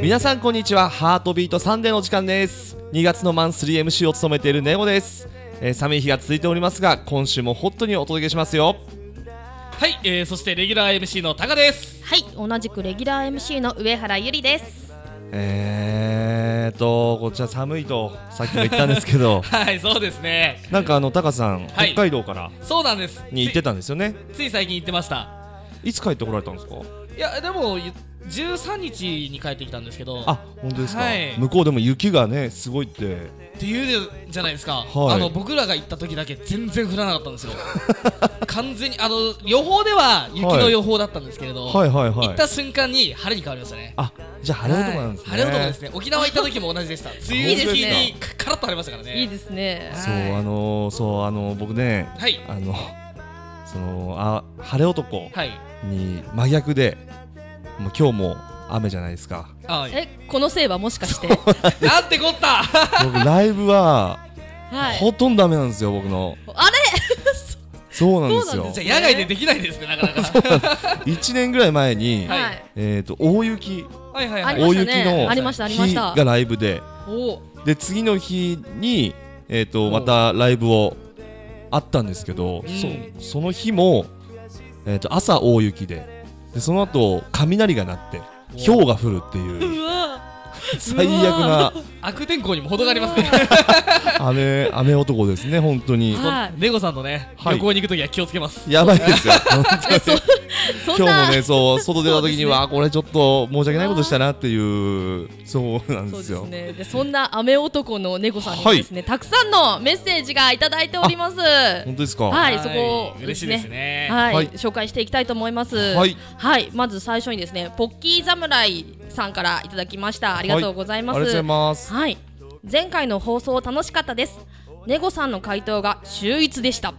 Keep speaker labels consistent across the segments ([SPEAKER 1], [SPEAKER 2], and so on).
[SPEAKER 1] 皆さんこんにちはハートビートサンデーの時間です2月のマンスリー MC を務めているネゴです、えー寒い日が続いておりますが今週もホットにお届けしますよ
[SPEAKER 2] はい、えー、そしてレギュラー MC のタカです。
[SPEAKER 3] はい、同じくレギュラー MC の上原ゆりです。
[SPEAKER 1] えーとこちら寒いとさっきも言ったんですけ ど
[SPEAKER 2] はい、そうですね。
[SPEAKER 1] なんかあのタカさん、
[SPEAKER 2] はい
[SPEAKER 1] 北海道から
[SPEAKER 2] そうなんです。
[SPEAKER 1] に行ってたんですよね
[SPEAKER 2] ついつい最近行ってました。
[SPEAKER 1] いつ帰ってこられたんですか
[SPEAKER 2] いや、でも、ゆ13日に帰ってきたんですけど、
[SPEAKER 1] あ本当ですか、
[SPEAKER 2] はい
[SPEAKER 1] 向こうでも雪がねすごいって
[SPEAKER 2] っていうじゃないですか、
[SPEAKER 1] はい
[SPEAKER 2] あの僕らが行った時だけ全然降らなかったんですよ。 完全に、あの予報では雪の予報だったんですけれど、
[SPEAKER 1] はいはいはい
[SPEAKER 2] 行った瞬間に晴れに変わりましたね。
[SPEAKER 1] あじゃあ晴れ男なんですね、
[SPEAKER 2] はい晴れ男ですね。沖縄行った時も同 じでした。梅雨時期にかカラッと晴れましたからね。
[SPEAKER 3] いいですね。
[SPEAKER 1] そう
[SPEAKER 2] はい
[SPEAKER 1] あのーそうあのー僕ね
[SPEAKER 2] はい。
[SPEAKER 1] あのそのあ晴れ男
[SPEAKER 2] はい。
[SPEAKER 1] に真逆で、もう今日も雨じゃないです か
[SPEAKER 2] あ
[SPEAKER 3] え、このせいはもしかして。
[SPEAKER 2] なんてこった
[SPEAKER 1] 僕ライブは、
[SPEAKER 3] はい。
[SPEAKER 1] ほとんど雨なんですよ僕の
[SPEAKER 3] あれ、
[SPEAKER 1] そうなんです
[SPEAKER 3] そうな
[SPEAKER 1] よ
[SPEAKER 3] ん
[SPEAKER 2] じゃあ野外でできないですね、なかなか。
[SPEAKER 1] 1年ぐらい前に、
[SPEAKER 2] はい
[SPEAKER 3] はい。
[SPEAKER 1] えー、と大雪
[SPEAKER 2] はいはいは
[SPEAKER 3] あ
[SPEAKER 2] い
[SPEAKER 3] り。ま
[SPEAKER 1] 大
[SPEAKER 3] した
[SPEAKER 1] 雪
[SPEAKER 3] ね。
[SPEAKER 1] の
[SPEAKER 3] ありました、ありま
[SPEAKER 1] 日
[SPEAKER 3] した。
[SPEAKER 1] がライブで
[SPEAKER 2] お
[SPEAKER 1] で次の日に、えー、
[SPEAKER 2] う
[SPEAKER 1] と
[SPEAKER 2] ん
[SPEAKER 1] またライブをあったんですけど、
[SPEAKER 2] うん
[SPEAKER 1] そその日も、えー、と朝大雪ででその後雷が鳴って氷が降るっていう
[SPEAKER 3] うわ
[SPEAKER 1] 最悪な
[SPEAKER 2] 悪天候にも程がありますね。
[SPEAKER 1] 雨雨男ですね本当に
[SPEAKER 3] は い
[SPEAKER 2] レゴさんとね、
[SPEAKER 1] はい
[SPEAKER 2] 旅行に行くときは気をつけます。
[SPEAKER 1] やばいですよ本当に
[SPEAKER 3] え、そ、そん
[SPEAKER 1] 今日
[SPEAKER 3] な
[SPEAKER 1] も。ねそう外出た時に
[SPEAKER 3] そうですね
[SPEAKER 1] はこれちょっと申し訳ないことしたなっていうそうなんで
[SPEAKER 3] そうですす
[SPEAKER 1] よ
[SPEAKER 3] ね。で、そんな雨男の猫さんにはですね、たくさんのメッセージがいただいております。は
[SPEAKER 1] 本当ですか
[SPEAKER 3] い、そこを
[SPEAKER 2] 嬉しいです。ね。
[SPEAKER 3] はい、
[SPEAKER 1] はい
[SPEAKER 3] 紹介していきたいと思います。
[SPEAKER 1] はい
[SPEAKER 3] はいまず最初にですね、ポッキー侍さんからいただきました。ありがとうござい
[SPEAKER 1] ありが
[SPEAKER 3] ま
[SPEAKER 1] と
[SPEAKER 3] す。
[SPEAKER 1] うございます
[SPEAKER 3] はい前回の放送楽しかったですネゴさんの回答が秀逸でした
[SPEAKER 1] も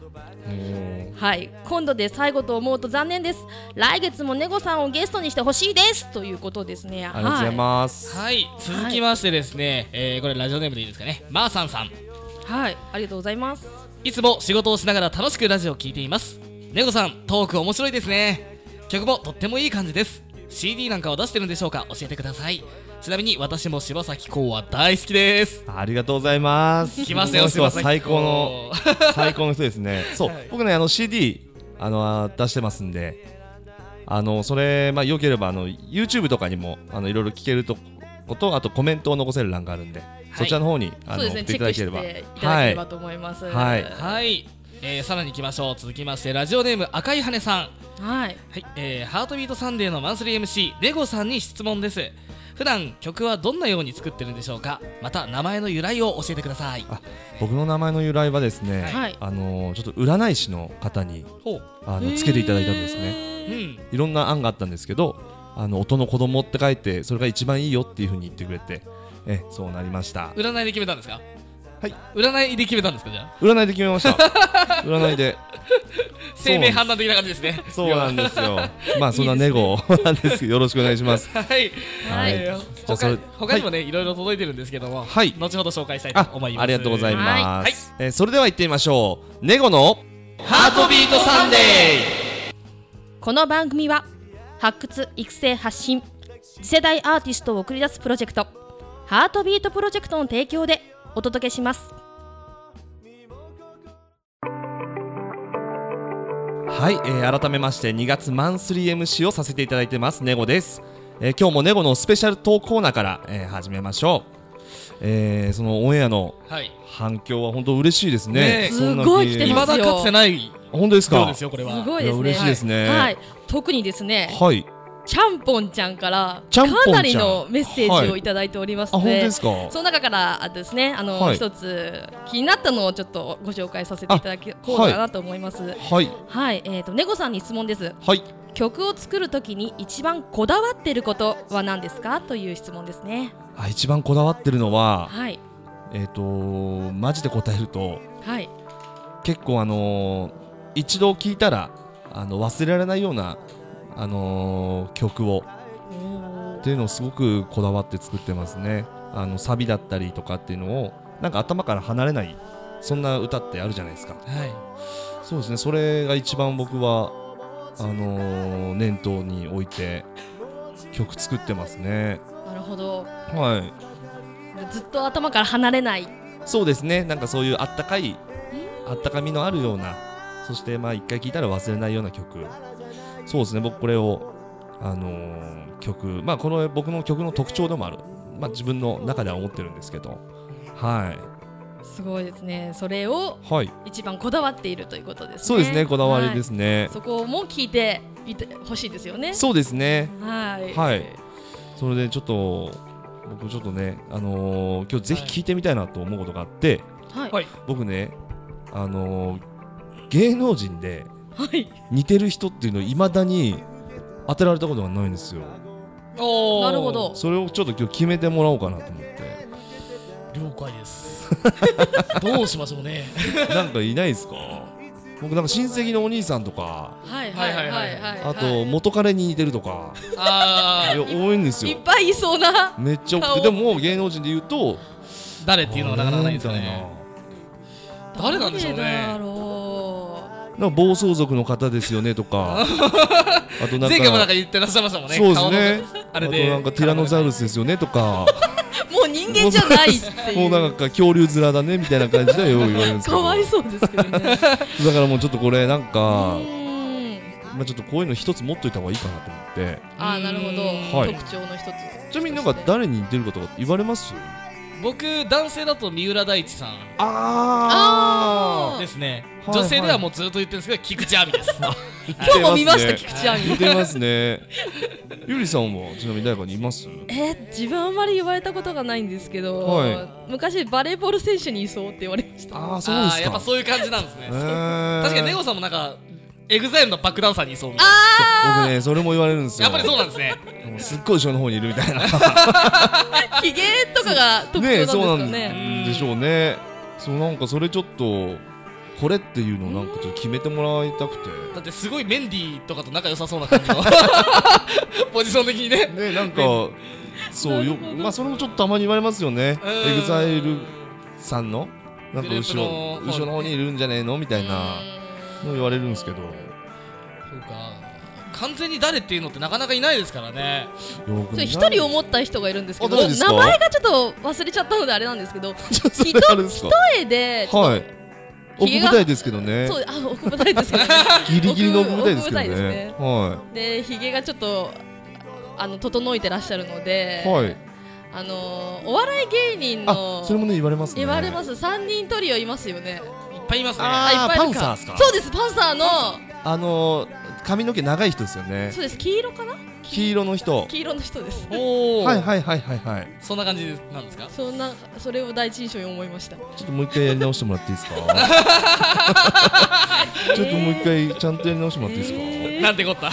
[SPEAKER 3] はい今度で最後と思うと残念です来月もネゴさんをゲストにしてほしいですということですね
[SPEAKER 1] うありがとうございます
[SPEAKER 2] はい、続きましてですね、えーこれラジオネームでいいですかね、まーさんさん。
[SPEAKER 3] すはい、はい、ありがとうございます
[SPEAKER 2] いつも仕事をしながら楽しくラジオを聞いています。レゴさん、トーク面白いですね。曲もとってもいい感じです。CD なんかを出してるんでしょうか教えてください。ちなみに私も柴咲コウは大好きです。
[SPEAKER 1] ありがとうございます
[SPEAKER 2] 来ましたよ、
[SPEAKER 1] この
[SPEAKER 2] 柴
[SPEAKER 1] 人は
[SPEAKER 2] 咲
[SPEAKER 1] 最
[SPEAKER 2] コウ
[SPEAKER 1] 高の最高の人ですね。そう、
[SPEAKER 2] はい
[SPEAKER 1] 僕ねあの CD あのあー出してますんで、あのそれまあ良ければあの YouTube とかにもあのいろいろ聞けるとことあとコメントを残せる欄があるんで、そちらの方にあの
[SPEAKER 3] そうですね
[SPEAKER 1] 送って
[SPEAKER 3] チェ
[SPEAKER 1] いた
[SPEAKER 3] ッ
[SPEAKER 1] だ
[SPEAKER 3] ク
[SPEAKER 1] け
[SPEAKER 3] して
[SPEAKER 1] れ
[SPEAKER 3] い
[SPEAKER 1] ば、
[SPEAKER 3] ただければ
[SPEAKER 1] は
[SPEAKER 3] と思います
[SPEAKER 1] はい
[SPEAKER 2] はい、えー、さらに行きましょう。続きまして、ラジオネーム赤い羽さん。
[SPEAKER 3] はい
[SPEAKER 2] はい、えー、ハートビートサンデーのマンスリー MC レゴさんに質問です普段曲はどんなように作ってるんでしょうかまた名前の由来を教えてください
[SPEAKER 1] あ僕の名前の由来はですね、
[SPEAKER 3] はい
[SPEAKER 1] あのちょっと占い師の方に
[SPEAKER 2] ほ
[SPEAKER 1] あのつけていただいたんですね。
[SPEAKER 2] ううん
[SPEAKER 1] いろんな案があったんですけど、あの音の子供って書いてそれが一番いいよっていう風に言ってくれて、えそうなりました。
[SPEAKER 2] 占いで決めたんですか
[SPEAKER 1] はい
[SPEAKER 2] 占いで決めたんですかじゃあ
[SPEAKER 1] 占いで決めました。占いで。
[SPEAKER 2] 生命判断的な感じですね
[SPEAKER 1] そうなんですよ。まあそん
[SPEAKER 3] い
[SPEAKER 1] ない
[SPEAKER 3] ですね
[SPEAKER 1] ネゴなんですけどよろしくお願いし ます。
[SPEAKER 2] はい、
[SPEAKER 1] はい
[SPEAKER 2] えー
[SPEAKER 1] じゃあそれ
[SPEAKER 2] 他他にもね、い、ろいろ届いてるんですけども、
[SPEAKER 1] はい
[SPEAKER 2] 後ほど紹介したいと
[SPEAKER 1] あ、
[SPEAKER 2] 思います
[SPEAKER 1] ありがとうござい
[SPEAKER 2] は
[SPEAKER 1] ま
[SPEAKER 2] い
[SPEAKER 1] す。えーそれでは行ってみましょう。ネゴの
[SPEAKER 2] ハートビートサンデ
[SPEAKER 3] この番組は発掘育成発信次世代アーティストを送り出すプロジェクト「ハートビートプロジェクト」の提供でお届けします。
[SPEAKER 1] はい、えー改めまして2月マンスリー MC をさせていただいてますネゴです、えー今日もネゴのスペシャルトークコーナーから、えー始めましょう、えーそのオンエアの
[SPEAKER 2] ーはい
[SPEAKER 1] 反響は本当嬉しいですね
[SPEAKER 2] ねえ
[SPEAKER 1] そんな
[SPEAKER 3] すごい来て
[SPEAKER 2] 未
[SPEAKER 3] ます
[SPEAKER 2] だかつてない
[SPEAKER 1] 本当です
[SPEAKER 2] 量
[SPEAKER 1] か
[SPEAKER 2] ですよこれは
[SPEAKER 3] すごいですね。
[SPEAKER 1] いや嬉しいですね
[SPEAKER 3] はいはい、特にですね、
[SPEAKER 1] はい
[SPEAKER 3] ちゃんぽんちゃんから
[SPEAKER 1] ちゃんぽんちゃん
[SPEAKER 3] かなりのメッセージをいただいております
[SPEAKER 1] あ
[SPEAKER 3] の
[SPEAKER 1] 本当
[SPEAKER 3] で、
[SPEAKER 1] ですか
[SPEAKER 3] その中からあですね、あの一、
[SPEAKER 1] はい
[SPEAKER 3] つ気になったのをちょっとご紹介させていただけこうかなと思います。はい、
[SPEAKER 1] はい
[SPEAKER 3] えっ、とネゴさんに質問です。
[SPEAKER 1] はい
[SPEAKER 3] 曲を作るときに一番こだわってることは何ですかという質問ですね。
[SPEAKER 1] あ一番こだわってるのは
[SPEAKER 3] はい
[SPEAKER 1] えっ、とマジで答えると
[SPEAKER 3] はい
[SPEAKER 1] 結構あのー一度聴いたらあの忘れられないようなあのー曲をっていうのをすごくこだわって作ってますねあのサビだったりとかっていうのをなんか頭から離れないそんな歌ってあるじゃないですか
[SPEAKER 2] は
[SPEAKER 1] そうですねそれが一番僕はあのー念頭に置いて曲作ってますね
[SPEAKER 3] なるほど
[SPEAKER 1] はい
[SPEAKER 3] ずっと頭から離れない
[SPEAKER 1] そうですねなんかそういうあったかいあったかみのあるようなそしてまあ一回聴いたら忘れないような曲そうですね僕これをあのー曲まあこの僕の曲の特徴でもあるまあ自分の中では思ってるんですけどは
[SPEAKER 3] すごいですねそれを
[SPEAKER 1] いはい
[SPEAKER 3] 一番こだわっているということですね、
[SPEAKER 1] そうですねこだわりですすね
[SPEAKER 3] はい、そこも聞いていてほしいですよね
[SPEAKER 1] そうですね
[SPEAKER 3] はい
[SPEAKER 1] はいそれでちょっと僕ちょっとねあのー今日ぜひ聴いてみたいなと思うことがあって
[SPEAKER 3] はい
[SPEAKER 2] はい
[SPEAKER 1] 僕ねあのー芸能人で
[SPEAKER 3] はい
[SPEAKER 1] 似てる人っていうのいまだに当てられたことがないんですよ
[SPEAKER 2] おー
[SPEAKER 3] なるほど
[SPEAKER 1] それをちょっと今日決めてもらおうかなと思って
[SPEAKER 2] 了解ですどうしましょうね
[SPEAKER 1] なんかいないですか僕なんか親戚のお兄さんとか
[SPEAKER 3] はいはいはいはいはい
[SPEAKER 1] あと元彼に似てるとかい
[SPEAKER 2] あ
[SPEAKER 1] や多いんです
[SPEAKER 3] いっ
[SPEAKER 1] よ
[SPEAKER 3] ぱいいそうな
[SPEAKER 1] めっちゃ多くてで
[SPEAKER 3] 顔
[SPEAKER 1] も芸能人で言うと
[SPEAKER 2] ー誰っていうのはなかなかないですよね誰なんでしょうね
[SPEAKER 3] 誰だろう
[SPEAKER 1] なんか暴走族の方ですよねとかあとなん
[SPEAKER 2] 前回もなん
[SPEAKER 1] か
[SPEAKER 2] か言ってらっしゃいましたもんね
[SPEAKER 1] そうですね
[SPEAKER 2] 顔のあ
[SPEAKER 1] あ
[SPEAKER 2] れ
[SPEAKER 1] と
[SPEAKER 2] で
[SPEAKER 1] なんかティラノザウルスですよねとか
[SPEAKER 3] もう人間じゃないってい
[SPEAKER 1] もう
[SPEAKER 3] う
[SPEAKER 1] なんか恐竜面だねみたいな感じではよく言われるんですけ
[SPEAKER 3] か
[SPEAKER 1] ど
[SPEAKER 3] わいそうですけ どね
[SPEAKER 1] だからもうちょっとこれなんか
[SPEAKER 3] うん
[SPEAKER 1] まあ、ちょっとこういうの一つ持っといた方がいいかなと思って
[SPEAKER 3] あーなるほど、
[SPEAKER 1] はい
[SPEAKER 3] 特徴の一つ
[SPEAKER 1] ちなみになんか誰に似てるかとか言われます
[SPEAKER 2] 僕男性だと三浦大知さん
[SPEAKER 1] あ
[SPEAKER 3] あ
[SPEAKER 2] ですね
[SPEAKER 1] はいはい
[SPEAKER 2] 女性ではもうずっと言ってるんですけど菊池亜美です
[SPEAKER 3] 今日も見ました菊池亜
[SPEAKER 1] 似
[SPEAKER 3] 美
[SPEAKER 1] てますねゆりさんはちなみに誰かにいます
[SPEAKER 3] えー自分あんまり言われたことがないんですけど、
[SPEAKER 1] は
[SPEAKER 3] 昔バレーボール選手にいそうって言われました
[SPEAKER 1] ああそうで
[SPEAKER 2] あ
[SPEAKER 1] す
[SPEAKER 2] ー
[SPEAKER 1] か
[SPEAKER 2] やっぱそういう感じなんですね
[SPEAKER 1] えー
[SPEAKER 2] 確かにネゴさんもなんかエグザイルのバックダンサーにいそうみたい
[SPEAKER 1] 僕ねそれも言われるんです
[SPEAKER 2] な
[SPEAKER 1] よ
[SPEAKER 2] やっぱりそうなんですね
[SPEAKER 1] もうすっごい後ろの方にいるみたいな
[SPEAKER 3] ひげとかが特徴なん
[SPEAKER 1] ね
[SPEAKER 3] です
[SPEAKER 1] そ
[SPEAKER 3] か
[SPEAKER 1] うなん
[SPEAKER 3] ね
[SPEAKER 1] でしょうねそうなんかそれちょっとこれっていうのをなんかちょっと決めてもらいたくて
[SPEAKER 2] だってすごいメンディーとかと仲良さそうな感じのポジション的にね
[SPEAKER 1] ねなんかそうよ
[SPEAKER 3] なるほど
[SPEAKER 1] まあそれもちょっとたまに言われますよね
[SPEAKER 2] うん
[SPEAKER 1] エグザイルさんのなんか後ろ
[SPEAKER 2] グループの
[SPEAKER 1] 後ろの方にいるんじゃねえのみたいなの言われるんですけど
[SPEAKER 2] そうか完全に誰っていうのってなかなかいないですからね
[SPEAKER 1] よく
[SPEAKER 3] ちょ
[SPEAKER 1] ない
[SPEAKER 3] 一人思った人がいるんですけど
[SPEAKER 1] あ誰ですか
[SPEAKER 3] 名前がちょっと忘れちゃったのであれなんですけど
[SPEAKER 1] ちょっとそれあるんですか
[SPEAKER 3] 声で、
[SPEAKER 1] はい奥
[SPEAKER 3] ひげ
[SPEAKER 1] 舞
[SPEAKER 3] が
[SPEAKER 1] 台ですけどね
[SPEAKER 3] そうあ奥舞台ですけどね
[SPEAKER 1] ギリギリの奥舞台ですけど
[SPEAKER 3] 奥舞台で
[SPEAKER 1] ね
[SPEAKER 3] す
[SPEAKER 1] は
[SPEAKER 3] でひげがちょっとあの整えてらっしゃるので、
[SPEAKER 1] いはい
[SPEAKER 3] あのお笑い芸人
[SPEAKER 1] あ
[SPEAKER 3] の
[SPEAKER 1] それもね言われますね
[SPEAKER 3] 言われますす三人トリオいますよね
[SPEAKER 2] いっぱいいますね
[SPEAKER 1] あー
[SPEAKER 3] いっぱいいる
[SPEAKER 1] パンサーっすか
[SPEAKER 3] そうですパンサーの
[SPEAKER 1] あのー髪の毛長い人ですよね
[SPEAKER 3] そうです黄色かな
[SPEAKER 1] 黄色の人
[SPEAKER 3] 黄色の人です
[SPEAKER 2] おお、
[SPEAKER 1] はいはいはいはいはい
[SPEAKER 2] そんな感じなんですか
[SPEAKER 3] そんなそれを第一印象に思いました
[SPEAKER 1] ちょっともう一回やり直してもらっていいです かちょっともう一回ちゃんとやり直してもらっていいですか、
[SPEAKER 2] なんてこった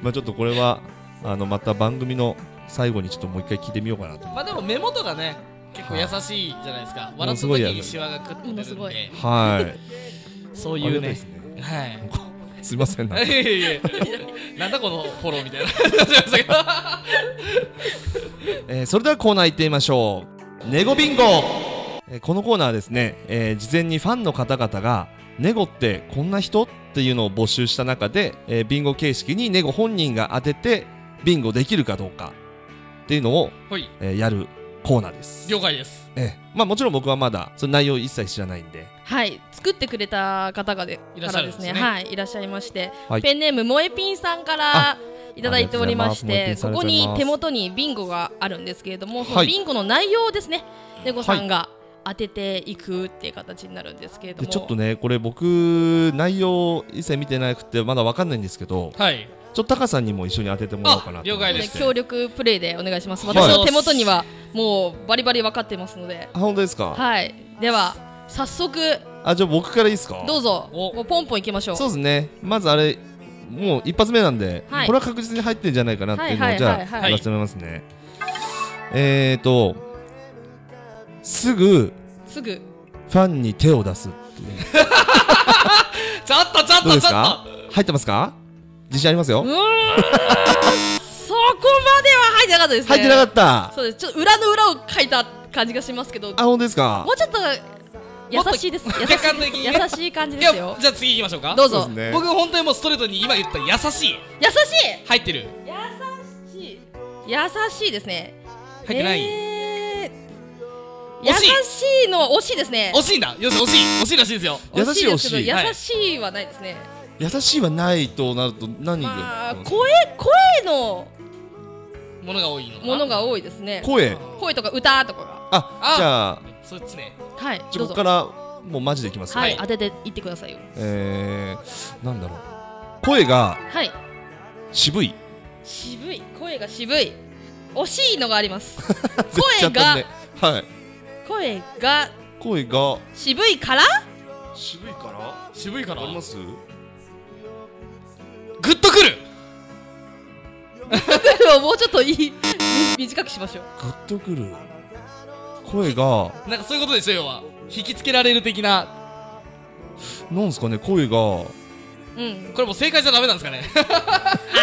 [SPEAKER 1] まあちょっとこれはあのまた番組の最後にちょっともう一回聞いてみようかなと
[SPEAKER 2] まあでも目元がね結構優しいじゃないですか
[SPEAKER 1] もう
[SPEAKER 2] 笑った
[SPEAKER 1] す
[SPEAKER 2] 時
[SPEAKER 1] ごい
[SPEAKER 2] にシワがくっと出
[SPEAKER 3] もう
[SPEAKER 2] る
[SPEAKER 3] す
[SPEAKER 2] ん
[SPEAKER 3] ご
[SPEAKER 2] で
[SPEAKER 3] い
[SPEAKER 1] はい
[SPEAKER 2] そう
[SPEAKER 1] あ
[SPEAKER 2] い
[SPEAKER 1] り
[SPEAKER 2] う
[SPEAKER 1] がたい
[SPEAKER 2] ね
[SPEAKER 1] ですね
[SPEAKER 2] はい
[SPEAKER 1] すいませんなん
[SPEAKER 2] い
[SPEAKER 1] か
[SPEAKER 2] やいやいやなんだこのフォローみたいな感じしましたけど
[SPEAKER 1] えーそれではコーナー行ってみましょうネゴビンゴ、えーこのコーナーはですね、えー事前にファンの方々がネゴってこんな人っていうのを募集した中で、えービンゴ形式にネゴ本人が当ててビンゴできるかどうかっていうのを、
[SPEAKER 2] はい
[SPEAKER 1] えーやるコーナーです、
[SPEAKER 2] 了解です
[SPEAKER 1] ええまあもちろん僕はまだその内容一切知らないんで
[SPEAKER 3] はい作ってくれた方がで
[SPEAKER 2] いら
[SPEAKER 3] か
[SPEAKER 2] っしゃ
[SPEAKER 3] ら
[SPEAKER 2] るんです
[SPEAKER 3] で
[SPEAKER 2] す
[SPEAKER 3] ね
[SPEAKER 2] ね
[SPEAKER 3] はいいらっしゃいまして、
[SPEAKER 1] はい
[SPEAKER 3] ペンネーム萌えピンさんからいただいておりまし
[SPEAKER 1] ありが
[SPEAKER 3] て
[SPEAKER 1] と
[SPEAKER 3] こ
[SPEAKER 1] うご
[SPEAKER 3] こ
[SPEAKER 1] ざいます
[SPEAKER 3] に手元にビンゴがあるんですけれども、その
[SPEAKER 1] はい
[SPEAKER 3] ビンゴの内容をですねネゴさんが当てていくっていう形になるんですけれど
[SPEAKER 1] で
[SPEAKER 3] も
[SPEAKER 1] ちょっとねこれ僕内容一切見てなくてまだわかんないんですけど
[SPEAKER 2] はい
[SPEAKER 1] ちょっとタカさんにも一緒に当ててもらおうかなと思いま
[SPEAKER 2] あ了解
[SPEAKER 1] す
[SPEAKER 2] です
[SPEAKER 3] 協力プレイでお願いします。
[SPEAKER 1] はい
[SPEAKER 3] 私の手元にはもうバリバリ分かってますので。
[SPEAKER 1] あ本当ですか、
[SPEAKER 3] はい。では早速
[SPEAKER 1] あじゃあ僕からいいですか
[SPEAKER 3] どうぞ
[SPEAKER 2] お
[SPEAKER 3] もうポンポンいきましょう。
[SPEAKER 1] そうですねまずあれもう一発目なんで、
[SPEAKER 3] はい
[SPEAKER 1] これは確実に入ってるんじゃないかなっていうの
[SPEAKER 3] は
[SPEAKER 1] を
[SPEAKER 3] い
[SPEAKER 1] じゃあ
[SPEAKER 3] はいはいはい
[SPEAKER 2] はい
[SPEAKER 1] やらせてもらいますね、えーとすぐ
[SPEAKER 3] すぐ
[SPEAKER 1] ファンに手を出すっていう
[SPEAKER 2] ちょっとちょっ
[SPEAKER 1] どう
[SPEAKER 2] と
[SPEAKER 1] です
[SPEAKER 2] ちょっ
[SPEAKER 1] か
[SPEAKER 2] と
[SPEAKER 1] 入ってますか自信ありますよ、
[SPEAKER 3] うーんそこまでは入ってなかったですね。
[SPEAKER 1] 入ってなか
[SPEAKER 3] っ
[SPEAKER 1] った
[SPEAKER 3] そうです。ちょっと裏の裏を書いた感じがしますけど、も
[SPEAKER 1] あ本当ですか
[SPEAKER 3] うちょっと優しいです。優し
[SPEAKER 2] 客観的に
[SPEAKER 3] い優しい感じ
[SPEAKER 2] い
[SPEAKER 3] で
[SPEAKER 2] や
[SPEAKER 3] すよ。
[SPEAKER 2] じゃあ次行きましょうか
[SPEAKER 3] どう
[SPEAKER 1] そう
[SPEAKER 3] ぞ。
[SPEAKER 1] ですね
[SPEAKER 2] 僕本当にもうストレートに今言った優しい
[SPEAKER 3] 優しい。
[SPEAKER 2] 入ってる
[SPEAKER 3] 優しい。優しいですね
[SPEAKER 2] 入ってない、
[SPEAKER 3] えー
[SPEAKER 2] 惜しい
[SPEAKER 3] 優しいの惜しいですね
[SPEAKER 2] 惜しいんだよし惜しい惜しいらしいですよ
[SPEAKER 1] 優しい
[SPEAKER 3] ですけど
[SPEAKER 1] 惜しい
[SPEAKER 2] はい
[SPEAKER 3] 優しいはないですね、
[SPEAKER 1] 優しいはないとなると何が、
[SPEAKER 3] まあ
[SPEAKER 1] うん
[SPEAKER 3] 声声の
[SPEAKER 2] ものが多いのかな
[SPEAKER 3] ものが多いですね
[SPEAKER 1] 声
[SPEAKER 3] 声とか歌とか
[SPEAKER 1] あ
[SPEAKER 2] あ
[SPEAKER 1] じゃあ
[SPEAKER 2] そっちね
[SPEAKER 3] がはい
[SPEAKER 1] じゃ
[SPEAKER 3] ど
[SPEAKER 1] あここ
[SPEAKER 3] うぞ
[SPEAKER 1] からもうマジでいきますね、
[SPEAKER 3] はい当てていってくださいよ
[SPEAKER 1] えー、なんだろう声が
[SPEAKER 3] はい
[SPEAKER 1] 渋い
[SPEAKER 3] 渋い声が渋い惜しいのがあります
[SPEAKER 1] 絶対当たんねはい
[SPEAKER 3] 声が
[SPEAKER 1] 声が
[SPEAKER 3] 渋いから
[SPEAKER 1] 渋いから
[SPEAKER 2] 渋いから
[SPEAKER 1] ありま
[SPEAKER 2] グ
[SPEAKER 1] す
[SPEAKER 2] ッとくる
[SPEAKER 3] 声をもうちょっといい短くしましょう
[SPEAKER 1] グッとくる声が
[SPEAKER 2] なんかそういうことでしょ要は引きつけられる的な
[SPEAKER 1] なんですかね声が
[SPEAKER 3] うん
[SPEAKER 2] これもう正解じゃダメなんですかね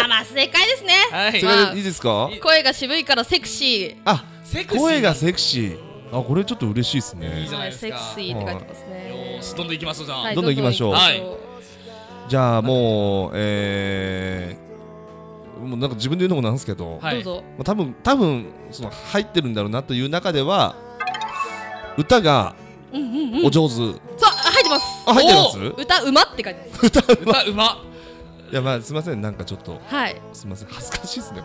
[SPEAKER 3] あまあ正解ですね
[SPEAKER 2] はい
[SPEAKER 1] それでいいですか
[SPEAKER 2] い
[SPEAKER 3] 声が渋いからセクシ
[SPEAKER 1] あ
[SPEAKER 2] セクシー
[SPEAKER 1] 声が
[SPEAKER 2] セ
[SPEAKER 1] セクシーあこれちょっと嬉しいです
[SPEAKER 2] いい
[SPEAKER 1] ね
[SPEAKER 2] じ
[SPEAKER 3] ー
[SPEAKER 2] ゃない
[SPEAKER 3] は
[SPEAKER 2] です
[SPEAKER 3] セ
[SPEAKER 2] か
[SPEAKER 3] クシーって書いてますね
[SPEAKER 2] よーしどんどんいきましょうじゃあ、
[SPEAKER 3] はい
[SPEAKER 1] どんどん行きましょう
[SPEAKER 3] どんどん行きましょ
[SPEAKER 1] じゃあもうえー、もうなんか自分で言うのもなんですけど、
[SPEAKER 2] は
[SPEAKER 3] う
[SPEAKER 2] い
[SPEAKER 3] どうぞ
[SPEAKER 1] まあ、多分多分その入ってるんだろうなという中では歌が
[SPEAKER 3] うんうんうん
[SPEAKER 1] お上手、
[SPEAKER 3] そうあ入ってます
[SPEAKER 1] あ入ってま
[SPEAKER 3] 歌うまって書いてます
[SPEAKER 2] 歌うま
[SPEAKER 1] すいやまあすいませんなんかちょっと
[SPEAKER 3] はい
[SPEAKER 1] すいません恥ずかしいです ね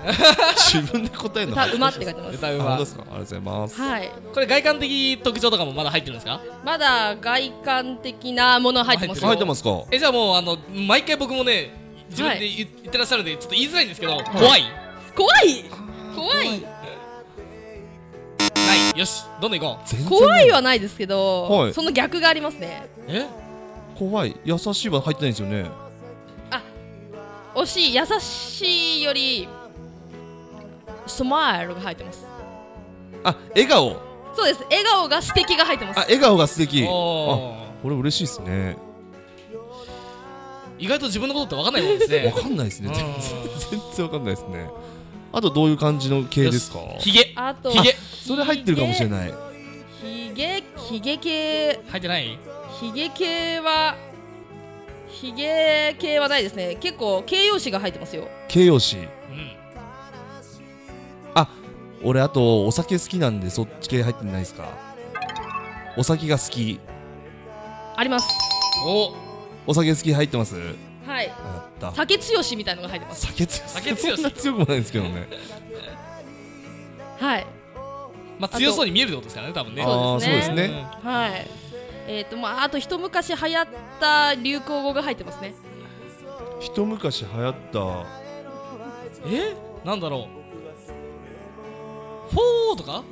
[SPEAKER 1] 自分で答えるの
[SPEAKER 3] 歌
[SPEAKER 1] 恥
[SPEAKER 3] う
[SPEAKER 1] ず
[SPEAKER 3] ま
[SPEAKER 1] かし
[SPEAKER 3] っ
[SPEAKER 1] てい
[SPEAKER 3] 書いてます
[SPEAKER 2] 歌う
[SPEAKER 1] あ本
[SPEAKER 2] ま
[SPEAKER 1] 当ですかありがとうございます、
[SPEAKER 3] はい
[SPEAKER 2] これ外観的特徴とかもまだ入ってるんですか
[SPEAKER 3] まだ外観的なもの入ってますよ
[SPEAKER 1] 入ってますか
[SPEAKER 2] えじゃあもうあの毎回僕もね自分で言,、ってらっしゃるんでちょっと言いづらいんですけど、怖いな
[SPEAKER 3] 怖い怖い
[SPEAKER 2] いよしどんどん行こう
[SPEAKER 1] 全然
[SPEAKER 3] 怖いはないですけど、
[SPEAKER 1] はい
[SPEAKER 3] その逆がありますね
[SPEAKER 2] え
[SPEAKER 1] 怖い優しいは入ってないんですよね
[SPEAKER 3] 惜しい優しいよりスマイルが入ってます
[SPEAKER 1] あ笑顔
[SPEAKER 3] そうです笑顔が素敵が入ってま
[SPEAKER 1] あ
[SPEAKER 3] す
[SPEAKER 1] 笑顔が素敵あこ
[SPEAKER 2] おー
[SPEAKER 1] れ嬉しいですね
[SPEAKER 2] 意外と自分のことって分かんないもんで す
[SPEAKER 1] わ
[SPEAKER 2] ね
[SPEAKER 1] かんないですね全
[SPEAKER 2] う
[SPEAKER 1] 然全然わかんないですねあとどういう感じの系ですか
[SPEAKER 2] ひげ
[SPEAKER 3] あと
[SPEAKER 2] ひげ
[SPEAKER 1] それ入ってるかもしれない
[SPEAKER 3] ひげひげ系
[SPEAKER 2] 入ってない
[SPEAKER 3] ひげ系はひげ系はないですね結構形容詞が入ってますよ
[SPEAKER 1] 形容詞
[SPEAKER 2] うん
[SPEAKER 1] 俺あとお酒好きなんでそっち系入ってないですかお酒が好き
[SPEAKER 3] あります
[SPEAKER 2] お
[SPEAKER 1] お酒好き入ってます
[SPEAKER 3] はい
[SPEAKER 1] あやった
[SPEAKER 3] 酒強しみたいのが入ってます
[SPEAKER 1] 酒強し
[SPEAKER 2] 酒強
[SPEAKER 1] そ
[SPEAKER 2] し
[SPEAKER 1] んな強くもないんですけどね
[SPEAKER 3] はい
[SPEAKER 2] まあ強そうに見えるってことですからね多分ね
[SPEAKER 1] ああ
[SPEAKER 3] そうで
[SPEAKER 1] ー
[SPEAKER 3] す
[SPEAKER 1] そう
[SPEAKER 3] ね
[SPEAKER 1] ですね
[SPEAKER 3] はいえっ、とまああと一昔流行った流行語が入ってますね
[SPEAKER 1] 一昔流行った
[SPEAKER 2] うんえなんだろうフォーとか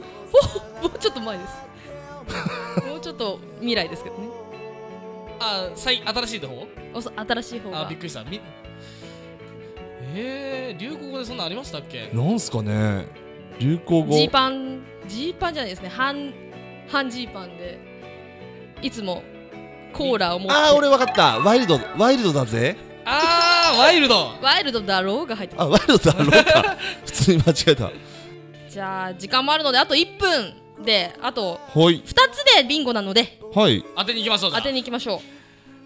[SPEAKER 3] もうちょっと前で すもうちょっと未来ですけどね
[SPEAKER 2] あ最新しいって方
[SPEAKER 3] おそ新しい方
[SPEAKER 2] あ
[SPEAKER 3] が
[SPEAKER 2] びっくりしたみえー、流行語でそんなんありましたっけ
[SPEAKER 1] なんすかね流行語
[SPEAKER 3] ジーパンジーパンじゃないですね半半ジーパンでいつもコーラを持って
[SPEAKER 1] ああ俺わかったワイルドワイルドだぜ
[SPEAKER 2] あーワイルド
[SPEAKER 3] ワイルドだろうが入ってま
[SPEAKER 1] あワイルドだろうか普通に間違えた
[SPEAKER 3] すじゃあ時間もあるのであと1分であと
[SPEAKER 1] はい
[SPEAKER 3] 2つでビンゴなので
[SPEAKER 1] はい
[SPEAKER 2] 当てに行きましょうじゃ
[SPEAKER 3] 当
[SPEAKER 2] あ
[SPEAKER 3] てに行きましょ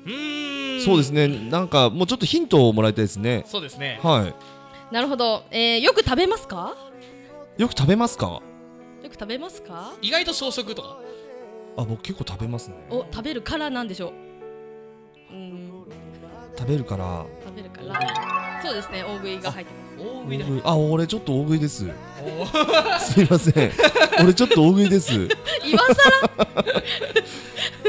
[SPEAKER 3] う
[SPEAKER 2] うーん
[SPEAKER 1] そうですすねなんかもうちょっとヒントをもらいたいですね
[SPEAKER 2] そうですね
[SPEAKER 1] は
[SPEAKER 3] なるほど、えー、よく食べますか
[SPEAKER 1] いよく食べますか
[SPEAKER 3] よく食べますか
[SPEAKER 2] 意外と小食とか
[SPEAKER 1] あ僕結構食べますね
[SPEAKER 3] お食べるからなんでしょううん
[SPEAKER 1] 食べるから
[SPEAKER 3] 食べるからそうですね大食いが入ってます
[SPEAKER 2] 大食
[SPEAKER 1] 大
[SPEAKER 2] いだ
[SPEAKER 1] 食いあ俺ちょっと大食いです
[SPEAKER 2] おー
[SPEAKER 1] すいません俺ちょっと大食いです
[SPEAKER 3] 今更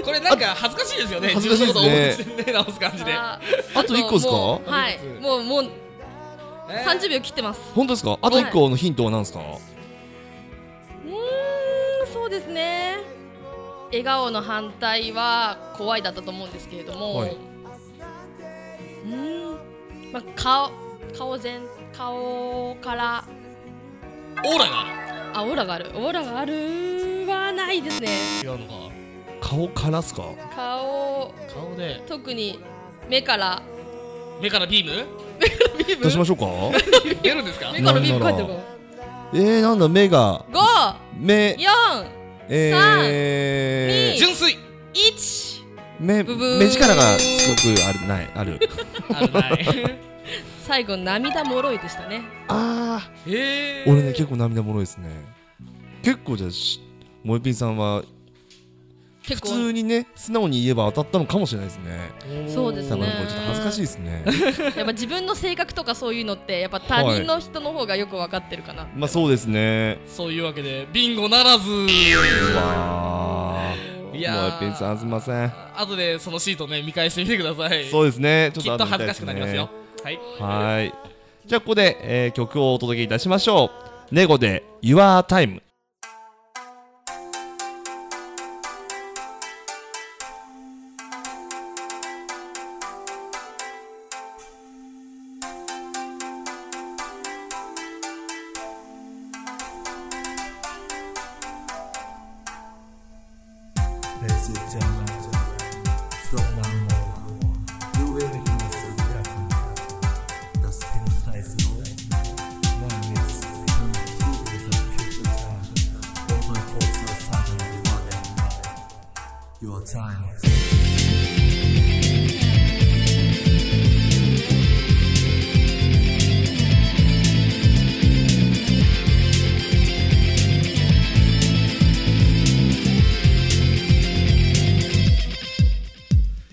[SPEAKER 2] これなんか恥ずかしいですよね
[SPEAKER 1] 恥ずかしいですね
[SPEAKER 2] 自分のことを思い出して直す感 じで
[SPEAKER 3] あ
[SPEAKER 1] あと一個ですか
[SPEAKER 3] もうはい
[SPEAKER 2] あと一
[SPEAKER 3] もうもう
[SPEAKER 2] えー
[SPEAKER 3] 30秒切ってます
[SPEAKER 1] 本当ですかあと一個のヒントは何ですか
[SPEAKER 3] うーんそうですね笑顔の反対は怖いだったと思うんですけれども、
[SPEAKER 1] はいう
[SPEAKER 3] ーんまあ顔顔全顔から
[SPEAKER 2] オーラが
[SPEAKER 3] あオーラがあるオーラがあるはないですね
[SPEAKER 2] 違うのか
[SPEAKER 1] 顔からっすか
[SPEAKER 3] 顔
[SPEAKER 2] 顔で
[SPEAKER 3] 特に目から
[SPEAKER 2] 目からビー ム
[SPEAKER 3] ビブ
[SPEAKER 1] 出しましょうか
[SPEAKER 2] 出るんですか
[SPEAKER 3] 目からビーム書いてるか
[SPEAKER 1] えー、なんだ目が
[SPEAKER 3] ら
[SPEAKER 1] 目
[SPEAKER 3] 54321
[SPEAKER 1] え
[SPEAKER 2] 純 粋
[SPEAKER 1] ー、目
[SPEAKER 3] ブブー
[SPEAKER 1] 目力がすごくあるないある
[SPEAKER 2] あるない
[SPEAKER 3] 最後涙もろいでしたね
[SPEAKER 1] ああ
[SPEAKER 2] へえ
[SPEAKER 1] 俺ね結構涙もろいですね結構じゃあしもえぴんさんは
[SPEAKER 3] 結
[SPEAKER 1] 普
[SPEAKER 3] 構
[SPEAKER 1] 通にね素直に言えば当たったのかもしれないですね
[SPEAKER 2] 構
[SPEAKER 3] そうです
[SPEAKER 1] 多
[SPEAKER 3] ね
[SPEAKER 1] 分これちょっと恥ずかしいですね
[SPEAKER 3] やっぱ自分の性格とかそういうのってやっぱ他人の人の方がよく分かってるかな、
[SPEAKER 1] まあそうですね
[SPEAKER 2] そういうわけでビンゴならず
[SPEAKER 1] うわー
[SPEAKER 2] いやー
[SPEAKER 1] もえぴんさんすいません
[SPEAKER 2] 後でそのシートね見返してみてください
[SPEAKER 1] そうですねち
[SPEAKER 2] き
[SPEAKER 1] ょ
[SPEAKER 2] っ
[SPEAKER 1] っ
[SPEAKER 2] と
[SPEAKER 1] と後
[SPEAKER 2] 恥
[SPEAKER 1] で
[SPEAKER 2] ず
[SPEAKER 1] 見たいですね
[SPEAKER 2] かしくなりますよはい
[SPEAKER 1] はいじゃあここで、えー曲をお届けいたしましょうネゴで Your Time
[SPEAKER 4] Time.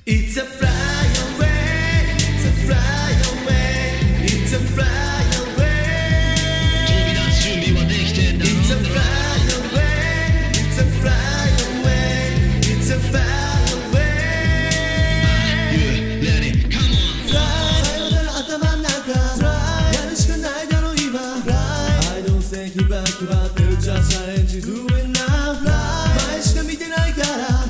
[SPEAKER 4] It's a fly away, it's a fly away, it's a fly away.
[SPEAKER 5] 飛び出す準備はできてんだろ
[SPEAKER 4] It's a fly away, it's a fly away, it's a fly away.
[SPEAKER 5] You ready? Come on!
[SPEAKER 4] フライさよなら頭ん中フライやるしかないだろ今フライ I don't think back about the just challenge do it now フライ前しか見てないから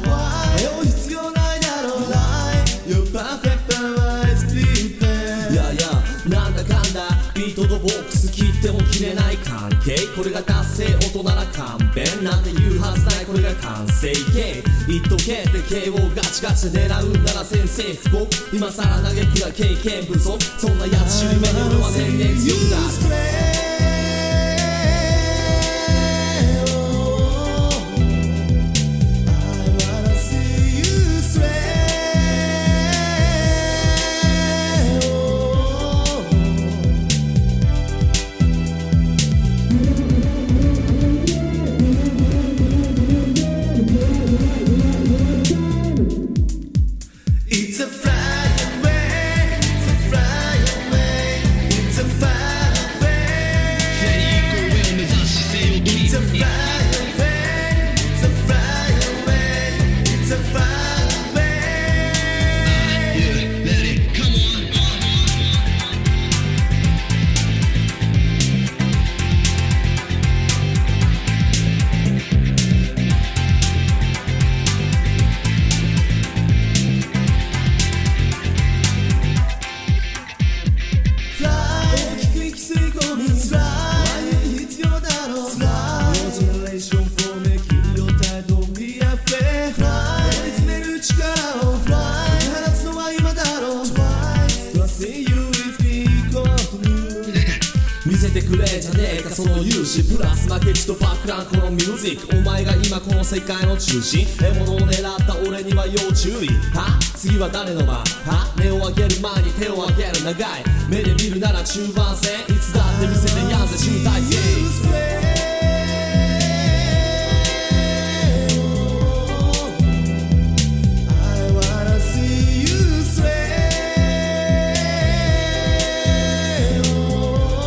[SPEAKER 4] Why 迷う必要ないだろフライ Your perfect power is people いやいやなんだかんだビートとボックス切っても切れない関係これが達成音なら勘弁なんて言うはずないこれが完成形言っとけって KO ガチガチで狙うなら先生不幸今さら嘆くは経験不足そんなやつ夢の俺は年々強くなる It's a fly away, it's a fly away, it's a fly away.
[SPEAKER 5] 全員上を目指す姿勢を取り
[SPEAKER 4] It's a fly away, it's a fly away, it's a fly away.
[SPEAKER 5] You ready? Come on!
[SPEAKER 4] フライ大きく息吸い込みスライ前に必要だろうスライ Your generation for making your time don't be afraid フライ追い詰める力をフライ放つのは今だろう Twice You'll see you with me continue 見せてくれじゃねえかその勇姿プラス負けじとバックランこのミュージックお前が今この世界の中心獲物を狙った俺には要注意は次は誰の番は目を上げる前に手を上げる長い目で見るなら中盤戦いつだって見せてやんぜ集大成 I wanna see you sway. Oh.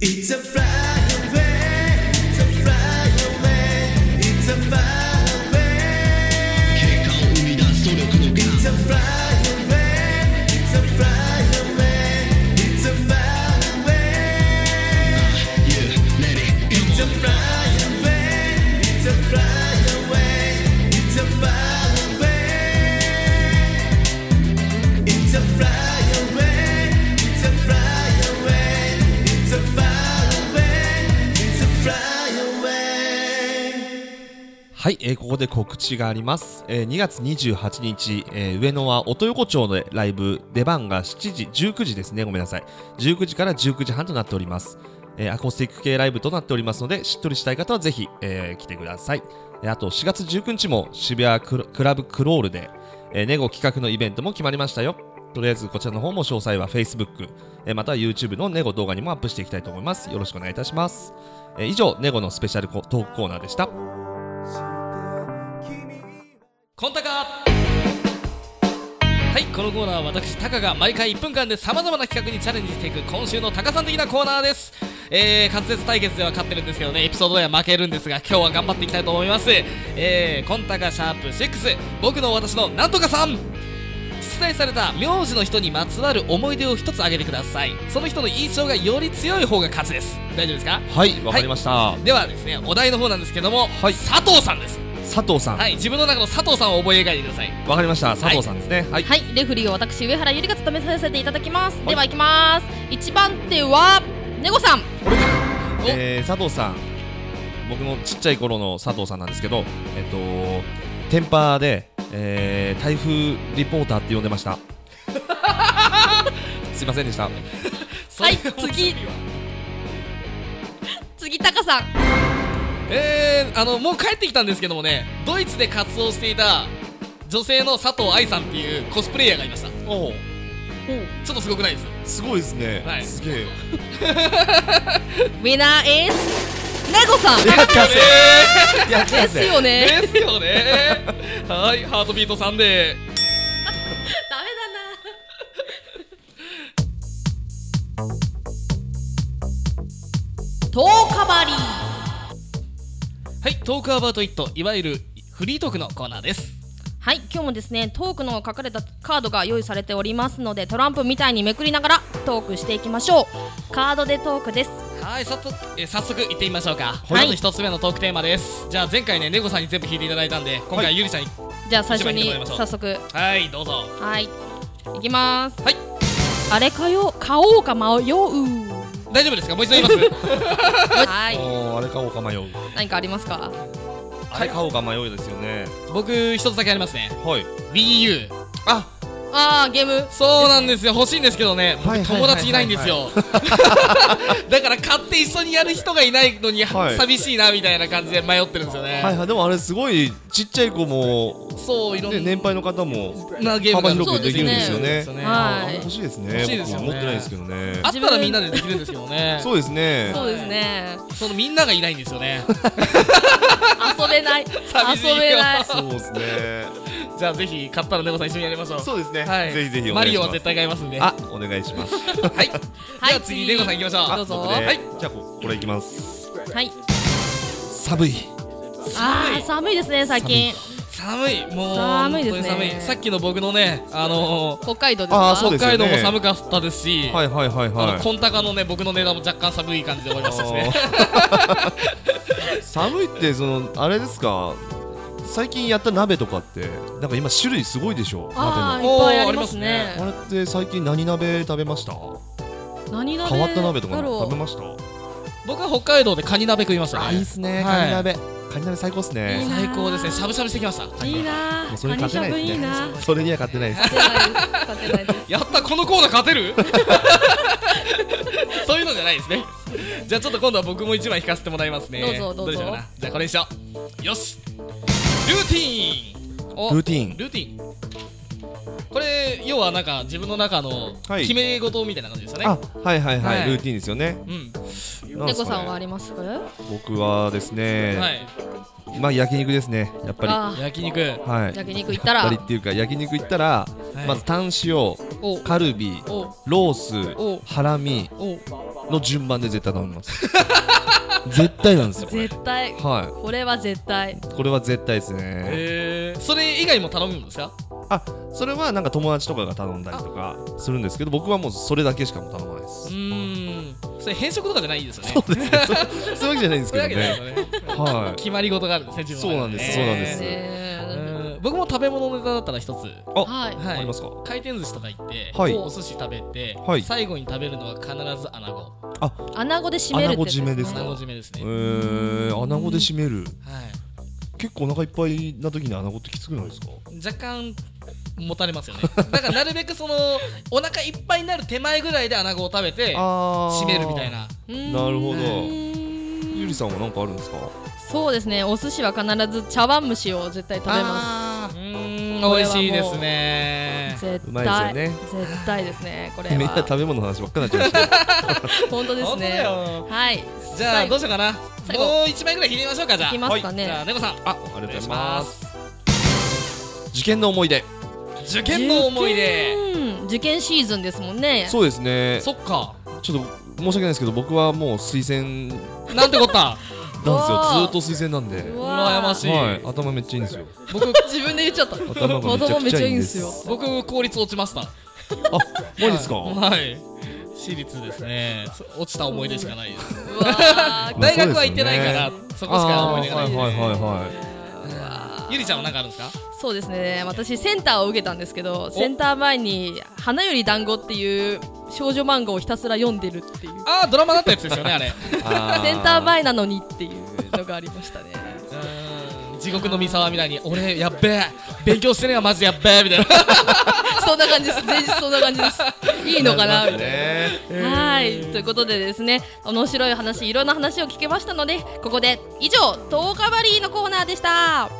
[SPEAKER 4] It's a fly away, it's a fly away, it's a fly away.
[SPEAKER 5] 結果を生み出す努力の
[SPEAKER 4] It's
[SPEAKER 5] ガ
[SPEAKER 4] a fly away, it's a fly away, it's a fly away.
[SPEAKER 5] You ready?
[SPEAKER 4] It's a fly away, it's a fly away, it's a fly away. It's a fly away, it's a fly away, it's a fly away, it's a fly away.
[SPEAKER 1] はい、えーここで告知があります、えー2月28日、えー上野は音横丁でライブ出番が7時19時ですねごめんなさい19時から19時半となっております、えーアコースティック系ライブとなっておりますので、しっとりしたい方はぜひ、えー来てください。えーあと4月19日も渋谷クラクラブクロールで、えーネゴ企画のイベントも決まりましたよ。とりあえずこちらの方も詳細は Facebook、えーまたは YouTube のネゴ動画にもアップしていきたいと思います。よろしくお願いいたします。えー以上、ネゴのスペシャルコトークコーナーでした。
[SPEAKER 2] コンタカはいこのコーナーは私タカが毎回1分間でさまざまな企画にチャレンジしていく今週のタカさん的なコーナーですえー、滑舌対決では勝ってるんですけどねエピソードでは負けるんですが今日は頑張っていきたいと思いますえー、コンタカシャープ6僕の私のなんとかさん出題された名字の人にまつわる思い出を一つ挙げてくださいその人の印象がより強い方が勝ちです大丈夫ですか
[SPEAKER 1] はい、わかりました。
[SPEAKER 2] ではですねお題の方なんですけども、
[SPEAKER 1] はい
[SPEAKER 2] 佐藤さんです
[SPEAKER 1] 佐藤さん、わ、
[SPEAKER 2] はい自分の中の佐藤さんを覚え描いてください
[SPEAKER 1] かりました。佐藤さんですね。はい。
[SPEAKER 3] はい、レフリーを私上原ゆりが務めさせていただきます。では行きます。一番手はネゴさん。
[SPEAKER 2] お
[SPEAKER 1] えー佐藤さん僕のちっちゃい頃の佐藤さんなんですけどえっ、とテンパーで、えー台風リポーターって呼んでました すいませんでした
[SPEAKER 3] はい
[SPEAKER 2] それを
[SPEAKER 3] 次次タカさん。
[SPEAKER 2] えー、あのもう帰ってきたんですけどもねドイツで活動していた女性の佐藤愛さんっていうコスプレイヤーがいましたち
[SPEAKER 1] お
[SPEAKER 2] ょっとすごくないです
[SPEAKER 1] すごいですね、
[SPEAKER 2] はい
[SPEAKER 1] すげえ
[SPEAKER 3] ウィナーイスネゴさん。
[SPEAKER 1] やったぜやった
[SPEAKER 3] です
[SPEAKER 1] ぜ
[SPEAKER 3] よね。
[SPEAKER 2] ですよ ねはいハートビートさんで
[SPEAKER 3] ダメだな。 トーカバリー。
[SPEAKER 2] はいトークアバウトイットいわゆるフリートークのコーナーです
[SPEAKER 3] はい、今日もですね、トークの書かれたカードが用意されておりますので、トランプみたいにめくりながらトークしていきましょう。カードでトークです。
[SPEAKER 2] はいさと、えー早速行ってみましょうか、
[SPEAKER 3] い
[SPEAKER 2] まず一つ目のトークテーマですじゃあ前回ねネゴさんに全部弾いていただいたんで今
[SPEAKER 1] は
[SPEAKER 2] 回
[SPEAKER 1] い
[SPEAKER 2] ゆりちゃんに
[SPEAKER 3] じゃあ最初
[SPEAKER 2] 一
[SPEAKER 3] に
[SPEAKER 2] 番いいところやり
[SPEAKER 3] 早
[SPEAKER 2] ま
[SPEAKER 3] 速、
[SPEAKER 2] はいどうぞ
[SPEAKER 3] はい、いきます。
[SPEAKER 2] はい
[SPEAKER 3] あれかよ、買おう か迷う。
[SPEAKER 2] 大丈夫ですかもう一度言います
[SPEAKER 3] はい、
[SPEAKER 1] おーあれ買おうか迷う
[SPEAKER 3] 何かありますか。
[SPEAKER 1] あれ買おうか迷うですよね
[SPEAKER 2] 僕一つだけありますね
[SPEAKER 1] はい
[SPEAKER 2] WiiU
[SPEAKER 1] あ
[SPEAKER 3] ああ、ゲーム。
[SPEAKER 2] そうなんですよ欲しいんですけどね僕
[SPEAKER 1] はいはいはい
[SPEAKER 2] 友
[SPEAKER 1] はい
[SPEAKER 2] 達いないんで すよだから買って一緒にやる人がいないのに
[SPEAKER 1] はい
[SPEAKER 2] 寂しいなみたいな感じで迷ってるんですよね、
[SPEAKER 1] はいはいでもあれすごいちっちゃい子も、
[SPEAKER 2] そういろ
[SPEAKER 1] ね、
[SPEAKER 2] ん
[SPEAKER 1] 年配の方も
[SPEAKER 2] なゲーム
[SPEAKER 1] 幅
[SPEAKER 2] が
[SPEAKER 1] 広
[SPEAKER 3] く
[SPEAKER 1] くできるんですよね
[SPEAKER 2] そうです
[SPEAKER 1] あ
[SPEAKER 3] は
[SPEAKER 1] れ
[SPEAKER 3] い
[SPEAKER 1] 欲。しいですね
[SPEAKER 2] 欲しいですよね
[SPEAKER 1] 僕持ってないですけどね
[SPEAKER 2] あったらみんなでできるんですけどね
[SPEAKER 1] そうですね
[SPEAKER 3] そうですね。
[SPEAKER 2] そのみんながいないんですよね
[SPEAKER 3] 遊べない。
[SPEAKER 2] 寂しいよ
[SPEAKER 3] 遊べない。
[SPEAKER 1] そうですね
[SPEAKER 2] じゃあぜひ買ったらネコさん一緒にやりましょう
[SPEAKER 1] そうですね、
[SPEAKER 2] はい
[SPEAKER 1] ぜひぜひお
[SPEAKER 2] マ
[SPEAKER 1] 願い
[SPEAKER 2] リ
[SPEAKER 1] し
[SPEAKER 2] オ
[SPEAKER 1] ます
[SPEAKER 2] は絶対買いますんで
[SPEAKER 1] あ、お願いします。
[SPEAKER 2] はいじゃあ次
[SPEAKER 3] 次
[SPEAKER 2] ネコさん行きましょう
[SPEAKER 3] あどうぞ
[SPEAKER 1] 僕ね
[SPEAKER 2] はい
[SPEAKER 1] じゃあここれいきます。
[SPEAKER 3] はい。
[SPEAKER 1] 寒い。
[SPEAKER 3] ああ、寒いですね、最近。
[SPEAKER 2] 寒いもう
[SPEAKER 3] 寒いですね
[SPEAKER 2] 本当に寒いさっきの僕のねあのー
[SPEAKER 3] 北海道ですか。
[SPEAKER 1] あーそうです
[SPEAKER 2] 北海道も
[SPEAKER 1] よね
[SPEAKER 2] 寒かったですし、
[SPEAKER 1] はいはいはい
[SPEAKER 2] あ
[SPEAKER 1] は
[SPEAKER 2] の
[SPEAKER 1] い。
[SPEAKER 2] コンタカのね僕の値段も若干寒い感じで終わりましたしね
[SPEAKER 1] 寒いってそのあれですか。最近やった鍋とかってなんか今種類すごいでしょ。
[SPEAKER 3] あ
[SPEAKER 1] 鍋
[SPEAKER 3] あ、
[SPEAKER 2] の
[SPEAKER 3] いっぱいありますね。
[SPEAKER 1] の。あれって最近何鍋食べました？
[SPEAKER 3] 何鍋
[SPEAKER 1] 変わった鍋とか
[SPEAKER 3] だろ
[SPEAKER 1] 食べ
[SPEAKER 3] う。
[SPEAKER 1] ました？
[SPEAKER 2] 僕は北海道でカニ鍋食いましたね
[SPEAKER 1] すね
[SPEAKER 2] はい
[SPEAKER 1] 鍋。カニ鍋最高です
[SPEAKER 3] いい
[SPEAKER 1] ね。
[SPEAKER 3] な
[SPEAKER 2] 最高ですねしゃぶしゃぶしてきました
[SPEAKER 3] いい
[SPEAKER 1] もう
[SPEAKER 3] なー。
[SPEAKER 1] それ
[SPEAKER 3] カニ
[SPEAKER 1] 勝
[SPEAKER 3] し
[SPEAKER 1] て
[SPEAKER 3] ゃ
[SPEAKER 1] ない
[SPEAKER 3] ぶ
[SPEAKER 1] で
[SPEAKER 3] いい
[SPEAKER 1] す
[SPEAKER 3] な
[SPEAKER 1] ね。それには勝てないです。
[SPEAKER 3] 勝てないです。
[SPEAKER 2] やったこのコーナー勝てる そういうのじゃないですねじゃあちょっと今度は僕も一枚引かせてもらいますね
[SPEAKER 3] どうぞどうぞ
[SPEAKER 2] れしよなじゃあこれにしようよしルーティーン
[SPEAKER 3] お
[SPEAKER 1] ルーティーン。
[SPEAKER 2] ルーティーンこれ要はなんか自分の中の
[SPEAKER 1] はい
[SPEAKER 2] 決め事みたいな感じですよね、
[SPEAKER 1] あ、はいはいは
[SPEAKER 2] はい
[SPEAKER 1] い。ルーティーンですよね。
[SPEAKER 2] うん
[SPEAKER 1] なんです
[SPEAKER 3] 猫
[SPEAKER 1] かね
[SPEAKER 3] さんはありますか
[SPEAKER 1] 僕はです
[SPEAKER 2] は
[SPEAKER 1] ね、
[SPEAKER 2] い
[SPEAKER 1] まあ焼肉ですね。やっぱり。
[SPEAKER 3] あ
[SPEAKER 2] 焼肉
[SPEAKER 1] はい。
[SPEAKER 3] 焼肉行った
[SPEAKER 1] やっ
[SPEAKER 3] ら
[SPEAKER 1] ぱりっていうか焼肉行ったら、
[SPEAKER 2] はい
[SPEAKER 1] まずタン塩
[SPEAKER 3] お
[SPEAKER 1] カルビ
[SPEAKER 3] お
[SPEAKER 1] ロ
[SPEAKER 3] お
[SPEAKER 1] ースハラミ
[SPEAKER 3] お
[SPEAKER 1] の順番で絶対頼みます 絶対なんですよこれ
[SPEAKER 3] 絶対
[SPEAKER 1] は
[SPEAKER 3] これは絶対
[SPEAKER 1] いこれは絶対ですね
[SPEAKER 2] えー、それ以外も頼むんですか
[SPEAKER 1] あそれはなんか友達とかが頼んだりとかするんですけど僕はもうそれだけしかも頼まないで
[SPEAKER 2] う
[SPEAKER 1] す
[SPEAKER 2] ーんそれ変色とかじゃないですよね
[SPEAKER 1] そうですねそそういうわけじゃないんです
[SPEAKER 2] そう
[SPEAKER 1] け
[SPEAKER 2] い
[SPEAKER 1] ど
[SPEAKER 2] うわけじゃない
[SPEAKER 1] ね
[SPEAKER 2] です よね
[SPEAKER 1] はい
[SPEAKER 2] 決まり事があるんですね自分
[SPEAKER 1] そうな
[SPEAKER 2] の中
[SPEAKER 1] んですそうなんです
[SPEAKER 2] ねえー
[SPEAKER 3] ね
[SPEAKER 2] 僕も食べ物ネタだったら一つは
[SPEAKER 1] あ、
[SPEAKER 3] はい
[SPEAKER 1] ありますか
[SPEAKER 2] 回転寿司とか行って、
[SPEAKER 1] はい
[SPEAKER 2] お寿司食べて、
[SPEAKER 1] はい
[SPEAKER 2] 最後に食べるのは必ず穴子
[SPEAKER 3] 穴子で締めるってや
[SPEAKER 1] 穴子
[SPEAKER 3] つ
[SPEAKER 1] 締めです
[SPEAKER 2] 穴
[SPEAKER 1] か
[SPEAKER 2] 子締めですね、
[SPEAKER 1] えー、穴子で締める
[SPEAKER 2] は
[SPEAKER 1] 結構お腹いっぱいな時に穴子ってきつくないですか
[SPEAKER 2] い、若干持たれますよねだからなるべくそのお腹いっぱいになる手前ぐらいで穴子を食べて
[SPEAKER 1] あー
[SPEAKER 2] 締めるみたいな
[SPEAKER 1] なるほど
[SPEAKER 3] ど
[SPEAKER 1] ゆりさんは何かあるんですか
[SPEAKER 3] そうですねお寿司は必ず茶碗蒸しを絶対食べます
[SPEAKER 2] あーうーん美味しいですね
[SPEAKER 3] 絶対
[SPEAKER 1] うまいですよね
[SPEAKER 3] 絶対ですね これ
[SPEAKER 1] みんな
[SPEAKER 3] は
[SPEAKER 1] 食べ物の話ばっかりになっちゃいました
[SPEAKER 3] 本当です
[SPEAKER 2] 本当だ
[SPEAKER 3] ね
[SPEAKER 2] よ
[SPEAKER 3] はい
[SPEAKER 2] じゃあ
[SPEAKER 3] 最後
[SPEAKER 2] どうしようかな
[SPEAKER 3] 最後
[SPEAKER 2] もう一枚ぐらいひねりましょうかじゃあ
[SPEAKER 3] いきますかね
[SPEAKER 2] はいじゃあ猫さんあ
[SPEAKER 1] ありがとうございます
[SPEAKER 2] お願す
[SPEAKER 1] 受験の思い出
[SPEAKER 2] 受験の思い出
[SPEAKER 3] 受験受験シーズンですもんね
[SPEAKER 1] そうですね
[SPEAKER 2] そっか
[SPEAKER 1] ちょっと申し訳ないですけど僕はもう推薦なんです
[SPEAKER 2] なんてこった
[SPEAKER 1] よ
[SPEAKER 3] わあ
[SPEAKER 1] ずっと推薦なんで
[SPEAKER 3] う
[SPEAKER 2] 羨ましい
[SPEAKER 1] はい頭めっちゃいいん ですよ
[SPEAKER 2] 僕
[SPEAKER 3] 自分で言っちゃった
[SPEAKER 1] 頭がめちゃくちゃいいんです
[SPEAKER 3] 頭めっちゃいいんです
[SPEAKER 2] 僕効率落ちました
[SPEAKER 1] あマジですか
[SPEAKER 2] はい私立ですね落ちた思い出しかないです
[SPEAKER 3] うわ
[SPEAKER 1] まあ
[SPEAKER 2] 大学は行ってないから
[SPEAKER 1] そう
[SPEAKER 2] そこしか思い出がない
[SPEAKER 1] あー
[SPEAKER 2] です
[SPEAKER 1] はいはい
[SPEAKER 2] ね
[SPEAKER 1] はいはい
[SPEAKER 2] ゆりちゃんは何かあるんですか
[SPEAKER 3] そうですね私センターを受けたんですけどセンター前に「花より団子っていう少女漫画をひたすら読んでるっていう
[SPEAKER 2] あードラマだったやつですよねあれ
[SPEAKER 1] あー
[SPEAKER 3] センター前なのにっていうのがありましたね
[SPEAKER 2] うーん地獄の三沢みたいに俺やっべえ勉強してねえよマジでやっべえみたいな
[SPEAKER 3] そんな感じです前日そんな感じ ですいいのかなみたいな
[SPEAKER 1] ね
[SPEAKER 3] はいということでですね面白い話いろんな話を聞けましたのでここで以上「トーカバリー」のコーナーでした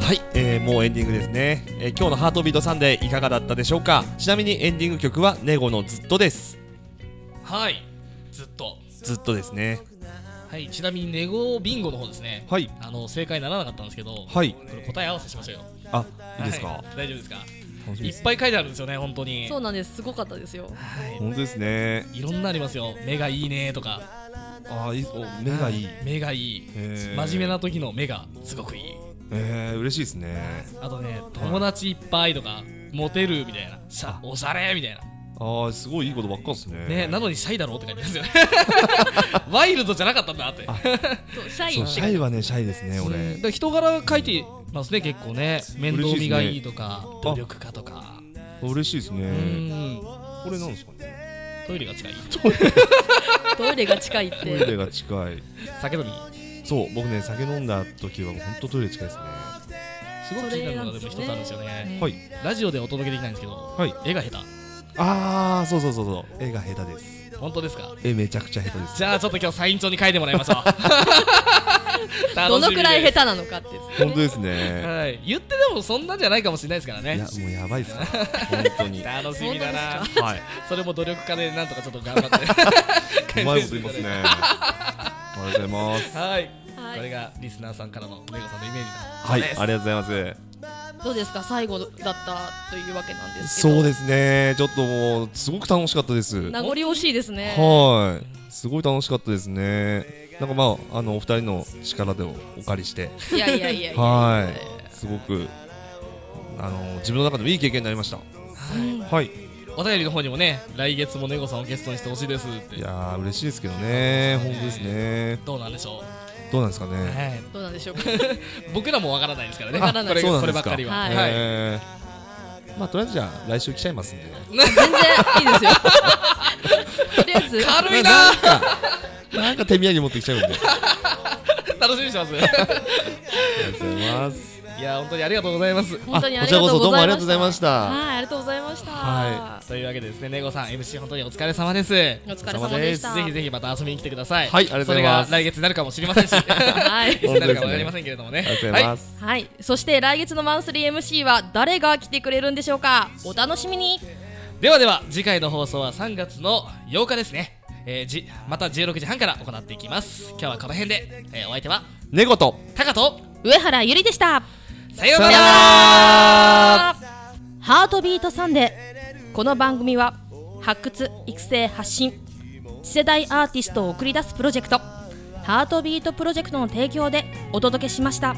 [SPEAKER 1] はい、えーもうエンディングですね、えー今日のハートビートサンデーいかがだったでしょうかちなみにエンディング曲はネゴのずっとです
[SPEAKER 2] はいずっと
[SPEAKER 1] ずっとですね
[SPEAKER 2] はいちなみにネゴビンゴの方ですね
[SPEAKER 1] はい
[SPEAKER 2] あの正解ならなかったんですけどこ
[SPEAKER 1] はい
[SPEAKER 2] れ答え合わせしましょうよ
[SPEAKER 1] あいいですか、
[SPEAKER 2] は大丈夫ですか
[SPEAKER 1] 楽しみ
[SPEAKER 2] い
[SPEAKER 1] で
[SPEAKER 2] っ
[SPEAKER 1] す
[SPEAKER 2] ぱい書いてあるんですよね本当に
[SPEAKER 3] そうなんですすごかったですよ
[SPEAKER 1] 本当ですね
[SPEAKER 2] いろんなありますよ目がいいねとか
[SPEAKER 1] あーいいお目がいい
[SPEAKER 2] 目がいい
[SPEAKER 1] へー
[SPEAKER 2] 真面目な時の目がすごくいい
[SPEAKER 1] えー、嬉しいですね
[SPEAKER 2] あとね友達いっぱいとかモテるみたいなさおしゃれみたいな
[SPEAKER 1] ああすごいいいことばっかですね
[SPEAKER 2] ねなのにシャイだろうって感じ ですよねワイルドじゃなかったんだって
[SPEAKER 3] そう社
[SPEAKER 1] そ
[SPEAKER 3] 員
[SPEAKER 1] うシャイはねシャイですね
[SPEAKER 2] うんだ
[SPEAKER 1] 俺
[SPEAKER 2] から人柄書いてますね結構ね面倒見がいいとか
[SPEAKER 1] すね
[SPEAKER 2] 努力家とか
[SPEAKER 1] 嬉しいです
[SPEAKER 2] う
[SPEAKER 1] ね
[SPEAKER 2] ん
[SPEAKER 1] これなんですかね
[SPEAKER 2] トイレが近い
[SPEAKER 3] トイレが近いっ
[SPEAKER 1] トイレ
[SPEAKER 3] て
[SPEAKER 1] が近い
[SPEAKER 2] 酒飲み
[SPEAKER 1] そう僕ね酒飲んだ時はもう本当トイレ近いですね
[SPEAKER 2] すごく気になるのがでも一つあるんですよね
[SPEAKER 1] はい
[SPEAKER 2] ラジオでお届けできないんですけど、
[SPEAKER 1] はい
[SPEAKER 2] 絵が下
[SPEAKER 1] ああそうそうそうそう絵が下手です
[SPEAKER 2] 手本当ですか
[SPEAKER 1] 絵めちゃくちゃ下手です
[SPEAKER 2] じゃあちょっと今日サイン帳に書いてもらいまし ょう
[SPEAKER 3] どのくらい下
[SPEAKER 2] 手
[SPEAKER 3] 手なのかってです
[SPEAKER 1] 本当ですね
[SPEAKER 2] はい、言ってでもそんなんじゃないかもしれないですから
[SPEAKER 1] い
[SPEAKER 2] ね
[SPEAKER 1] やもうやばいっす ね本当に
[SPEAKER 2] 楽しみだな
[SPEAKER 3] 本
[SPEAKER 1] はい
[SPEAKER 2] それも努力家でなんとかちょっと頑張っ て
[SPEAKER 1] うまいこと言いますねありがとうございます
[SPEAKER 2] はい、
[SPEAKER 3] はい
[SPEAKER 2] これがリスナーさんからのネゴさんのイメージだ
[SPEAKER 1] はいありがとうございます
[SPEAKER 3] どうですか最後だったというわけなんですけど
[SPEAKER 1] そうですすねちょっともうすごく楽しかったです
[SPEAKER 3] 名残惜しいですね
[SPEAKER 1] はい、すごい楽しかったですね。なんかまあ、あのお二人の力でお借りして、
[SPEAKER 3] いやいやいやいや
[SPEAKER 1] はい、すごく。あの自分の中でもいい経験になりました。はい、
[SPEAKER 2] お便りの方にもね来月もネゴさんをゲストにしてほしいですっ
[SPEAKER 1] い
[SPEAKER 2] て
[SPEAKER 1] やー、嬉しいですけどね、本当ですね。
[SPEAKER 2] どうなんでしょ
[SPEAKER 1] どうなんですか
[SPEAKER 2] う、
[SPEAKER 1] ね。
[SPEAKER 2] はい、
[SPEAKER 3] どうなんでしょうか
[SPEAKER 2] 僕らもわからないですからね
[SPEAKER 3] わからな
[SPEAKER 2] こ
[SPEAKER 3] い
[SPEAKER 2] れ
[SPEAKER 1] そうなん
[SPEAKER 2] こ
[SPEAKER 1] で
[SPEAKER 2] れ
[SPEAKER 1] す
[SPEAKER 2] ばっ
[SPEAKER 1] か
[SPEAKER 2] かりは、
[SPEAKER 3] はい
[SPEAKER 2] はい
[SPEAKER 1] えーまあ、とりあえずじゃあ、来週来ちゃいますんで。
[SPEAKER 3] 全然いいですよとりあえず
[SPEAKER 2] 軽いな
[SPEAKER 1] なんか、なんか手土産持ってきちゃうんで。ありが
[SPEAKER 2] 楽しみにしてます
[SPEAKER 1] とうございます。
[SPEAKER 2] いや本当にありがとうございます
[SPEAKER 3] 本当にあ
[SPEAKER 1] こ
[SPEAKER 3] り
[SPEAKER 1] ちら
[SPEAKER 3] がと
[SPEAKER 1] こ
[SPEAKER 3] う
[SPEAKER 1] そど
[SPEAKER 3] ご
[SPEAKER 1] うも
[SPEAKER 3] ざ
[SPEAKER 1] あ
[SPEAKER 3] い
[SPEAKER 1] り
[SPEAKER 3] ま
[SPEAKER 1] がと
[SPEAKER 3] し
[SPEAKER 1] うございまし
[SPEAKER 3] た
[SPEAKER 1] た。
[SPEAKER 3] はいありがとうございました
[SPEAKER 1] は
[SPEAKER 2] というわけでですねネゴさん MC 本当にお疲れ様です
[SPEAKER 3] お疲れ様でした
[SPEAKER 2] ぜひぜひまた遊びに来てください。
[SPEAKER 1] はいありがとうございます
[SPEAKER 2] それが来月になるかもしれ ませんし、い
[SPEAKER 3] はい
[SPEAKER 2] つになるかわかりませんけれどもね。
[SPEAKER 1] ありがとうございます。
[SPEAKER 3] はい、そして来月のマンスリー MC は誰が来てくれるんでしょうかお楽しみに
[SPEAKER 2] はいではでは次回の放送は3月の8日ですね。えーじまた16時半から行っていきます。今日はこの辺で、えーお相手は
[SPEAKER 1] ネゴと。
[SPEAKER 2] タカと
[SPEAKER 3] 上原ゆりでした
[SPEAKER 2] さような
[SPEAKER 1] さよう
[SPEAKER 2] ら。
[SPEAKER 3] ハートビートサンデーこの番組は発掘育成発信次世代アーティストを送り出すプロジェクトハートビートプロジェクトの提供でお届けしました。